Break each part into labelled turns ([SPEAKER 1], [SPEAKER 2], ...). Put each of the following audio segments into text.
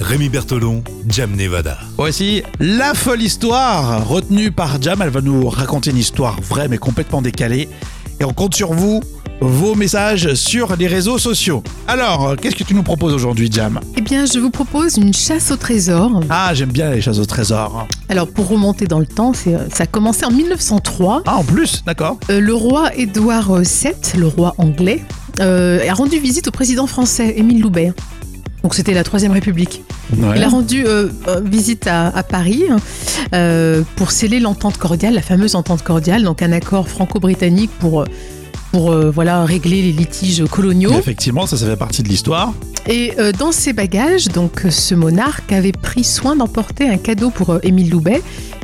[SPEAKER 1] Rémi Bertolon, Jam Nevada.
[SPEAKER 2] Voici la folle histoire retenue par Jam. Elle va nous raconter une histoire vraie mais complètement décalée. Et on compte sur vous, vos messages sur les réseaux sociaux. Alors, qu'est-ce que tu nous proposes aujourd'hui, Jam
[SPEAKER 3] Eh bien, je vous propose une chasse au trésor.
[SPEAKER 2] Ah, j'aime bien les chasses au trésor.
[SPEAKER 3] Alors, pour remonter dans le temps, c'est- euh, ça a commencé en 1903.
[SPEAKER 2] Ah, en plus, d'accord.
[SPEAKER 3] Euh, le roi Édouard euh, VII, le roi anglais, euh, a rendu visite au président français, Émile Loubet. Donc, c'était la Troisième République.
[SPEAKER 2] Ouais.
[SPEAKER 3] Il a rendu euh, euh, visite à, à Paris hein, euh, pour sceller l'entente cordiale, la fameuse entente cordiale, donc un accord franco-britannique pour, euh, pour euh, voilà, régler les litiges coloniaux.
[SPEAKER 2] Effectivement, ça, ça fait partie de l'histoire.
[SPEAKER 3] Et euh, dans ses bagages, donc euh, ce monarque avait pris soin d'emporter un cadeau pour euh, Émile Loubet.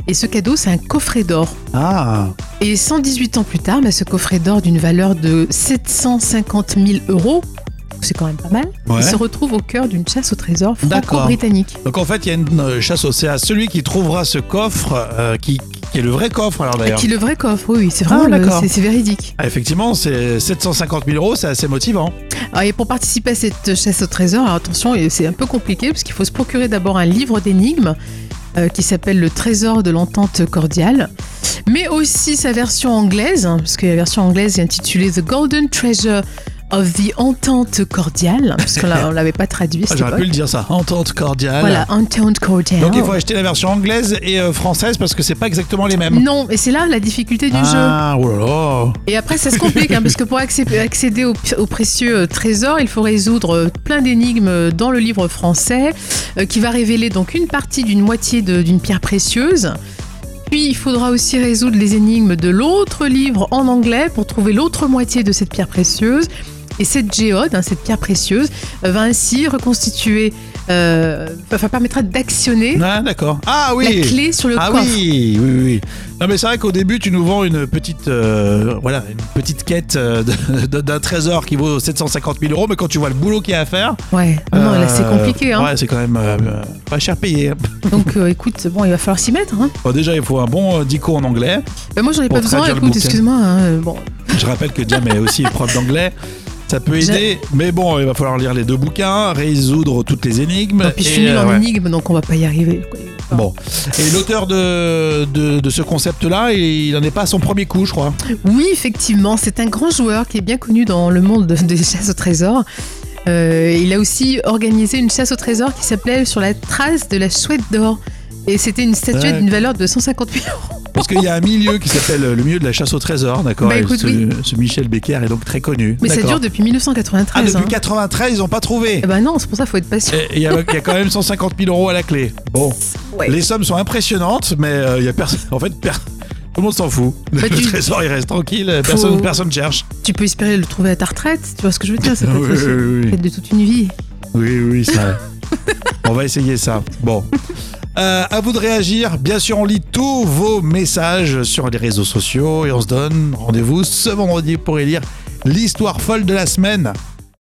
[SPEAKER 3] Et ce cadeau, c'est un coffret d'or.
[SPEAKER 2] Ah,
[SPEAKER 3] Et 118 ans plus tard, bah, ce coffret d'or d'une valeur de 750 000 euros, c'est quand même pas mal,
[SPEAKER 2] Ouais.
[SPEAKER 3] il se retrouve au cœur d'une chasse au trésor
[SPEAKER 2] D'accord.
[SPEAKER 3] franco-britannique.
[SPEAKER 2] Donc en fait, il y a une euh, chasse au c'est à celui qui trouvera ce coffre, euh, qui, qui est le vrai coffre alors d'ailleurs.
[SPEAKER 3] Qui est le vrai coffre, oui, oui, c'est
[SPEAKER 2] Ah,
[SPEAKER 3] vraiment le-
[SPEAKER 2] d'accord.
[SPEAKER 3] c'est- c'est véridique.
[SPEAKER 2] Ah, effectivement, c'est 750 000 euros, c'est assez motivant.
[SPEAKER 3] Ah, Et pour participer à cette chasse au trésor, alors attention, et c'est un peu compliqué parce qu'il faut se procurer d'abord un livre d'énigmes euh, qui s'appelle Le Trésor de l'entente cordiale, mais aussi sa version anglaise, hein, parce que la version anglaise est intitulée The Golden Treasure of the Entente cordiale, parce qu'on l'a- on l'avait pas traduit. à
[SPEAKER 2] Ah,
[SPEAKER 3] cette
[SPEAKER 2] J'aurais pu
[SPEAKER 3] époque.
[SPEAKER 2] le dire ça, entente cordiale.
[SPEAKER 3] Voilà, Entente cordiale.
[SPEAKER 2] Donc il faut acheter la version anglaise et euh, française parce que c'est pas exactement les mêmes.
[SPEAKER 3] Non, et c'est là la difficulté du jeu.
[SPEAKER 2] ah, oh là là.
[SPEAKER 3] Et après, ça se complique, hein, parce que pour accé- accéder au, au précieux euh, trésor, il faut résoudre euh, plein d'énigmes euh, dans le livre français, euh, qui va révéler donc une partie d'une moitié de- d'une pierre précieuse. Puis, il faudra aussi résoudre les énigmes de l'autre livre en anglais pour trouver l'autre moitié de cette pierre précieuse. Et cette géode, hein, cette pierre précieuse, euh, va ainsi reconstituer, euh, enfin, permettra d'actionner
[SPEAKER 2] Ah, d'accord. Ah oui.
[SPEAKER 3] la clé sur le
[SPEAKER 2] ah
[SPEAKER 3] coffre.
[SPEAKER 2] oui, oui, oui. Non mais c'est vrai qu'au début tu nous vends une petite, euh, voilà, une petite quête euh, de- de- d'un trésor qui vaut 750 000 euros, mais quand tu vois le boulot qu'il y a à faire,
[SPEAKER 3] Ouais, Ah non, non, là, c'est
[SPEAKER 2] Euh,
[SPEAKER 3] compliqué. Hein.
[SPEAKER 2] Ouais, c'est quand même euh, euh, pas cher payé.
[SPEAKER 3] Donc, euh, écoute, bon, il va falloir s'y mettre. Hein.
[SPEAKER 2] Bon, déjà, il faut un bon euh, dico en anglais.
[SPEAKER 3] Ben moi j'en ai
[SPEAKER 2] Pour
[SPEAKER 3] pas besoin,
[SPEAKER 2] traduire le
[SPEAKER 3] écoute,
[SPEAKER 2] bouquin.
[SPEAKER 3] excuse-moi. hein, euh, bon.
[SPEAKER 2] Je rappelle que Jam est aussi prof d'anglais. Ça peut
[SPEAKER 3] J'ai-
[SPEAKER 2] aider, mais bon, il va falloir lire les deux bouquins, résoudre toutes les énigmes.
[SPEAKER 3] Et puis je suis
[SPEAKER 2] et,
[SPEAKER 3] nulle
[SPEAKER 2] euh,
[SPEAKER 3] en
[SPEAKER 2] ouais.
[SPEAKER 3] énigme, donc on va pas y arriver. quoi. Enfin,
[SPEAKER 2] Bon. Et l'auteur de, de, de ce concept-là, il en est pas à son premier coup, je crois.
[SPEAKER 3] Oui, effectivement, c'est un grand joueur qui est bien connu dans le monde de- des chasses au trésor. Euh, il a aussi organisé une chasse au trésor qui s'appelait Sur la trace de la chouette d'or. Et c'était une statuette
[SPEAKER 2] D'accord.
[SPEAKER 3] d'une valeur de 150 000 euros.
[SPEAKER 2] Parce qu'il y a un milieu qui s'appelle euh, le milieu de la chasse au trésor, d'accord
[SPEAKER 3] Bah,
[SPEAKER 2] Et
[SPEAKER 3] écoute,
[SPEAKER 2] ce,
[SPEAKER 3] oui.
[SPEAKER 2] ce Michel Becker est donc très connu.
[SPEAKER 3] Mais ça
[SPEAKER 2] D'accord.
[SPEAKER 3] dure depuis
[SPEAKER 2] Ah,
[SPEAKER 3] 1993.
[SPEAKER 2] depuis
[SPEAKER 3] hein.
[SPEAKER 2] 93, ils n'ont pas trouvé.
[SPEAKER 3] Eh ben non, c'est pour ça qu'il faut être patient.
[SPEAKER 2] Et Il y, a il y a quand même 150 000 euros à la clé. Bon.
[SPEAKER 3] Ouais.
[SPEAKER 2] Les sommes sont impressionnantes, mais euh, il y a personne. En fait, per- tout le monde s'en fout.
[SPEAKER 3] Bah,
[SPEAKER 2] le
[SPEAKER 3] tu-
[SPEAKER 2] trésor, il reste tranquille. euh, Personne,
[SPEAKER 3] Faut-
[SPEAKER 2] personne cherche.
[SPEAKER 3] Tu peux espérer le trouver à ta retraite, tu vois ce que je veux dire C'est pas
[SPEAKER 2] Ah Oui,
[SPEAKER 3] possible.
[SPEAKER 2] oui, oui.
[SPEAKER 3] Faites de toute une vie.
[SPEAKER 2] Oui, oui, ça. on va essayer ça. Bon. Euh, à vous de réagir. Bien sûr, on lit tous vos messages sur les réseaux sociaux et on se donne rendez-vous ce vendredi pour élire l'histoire folle de la semaine.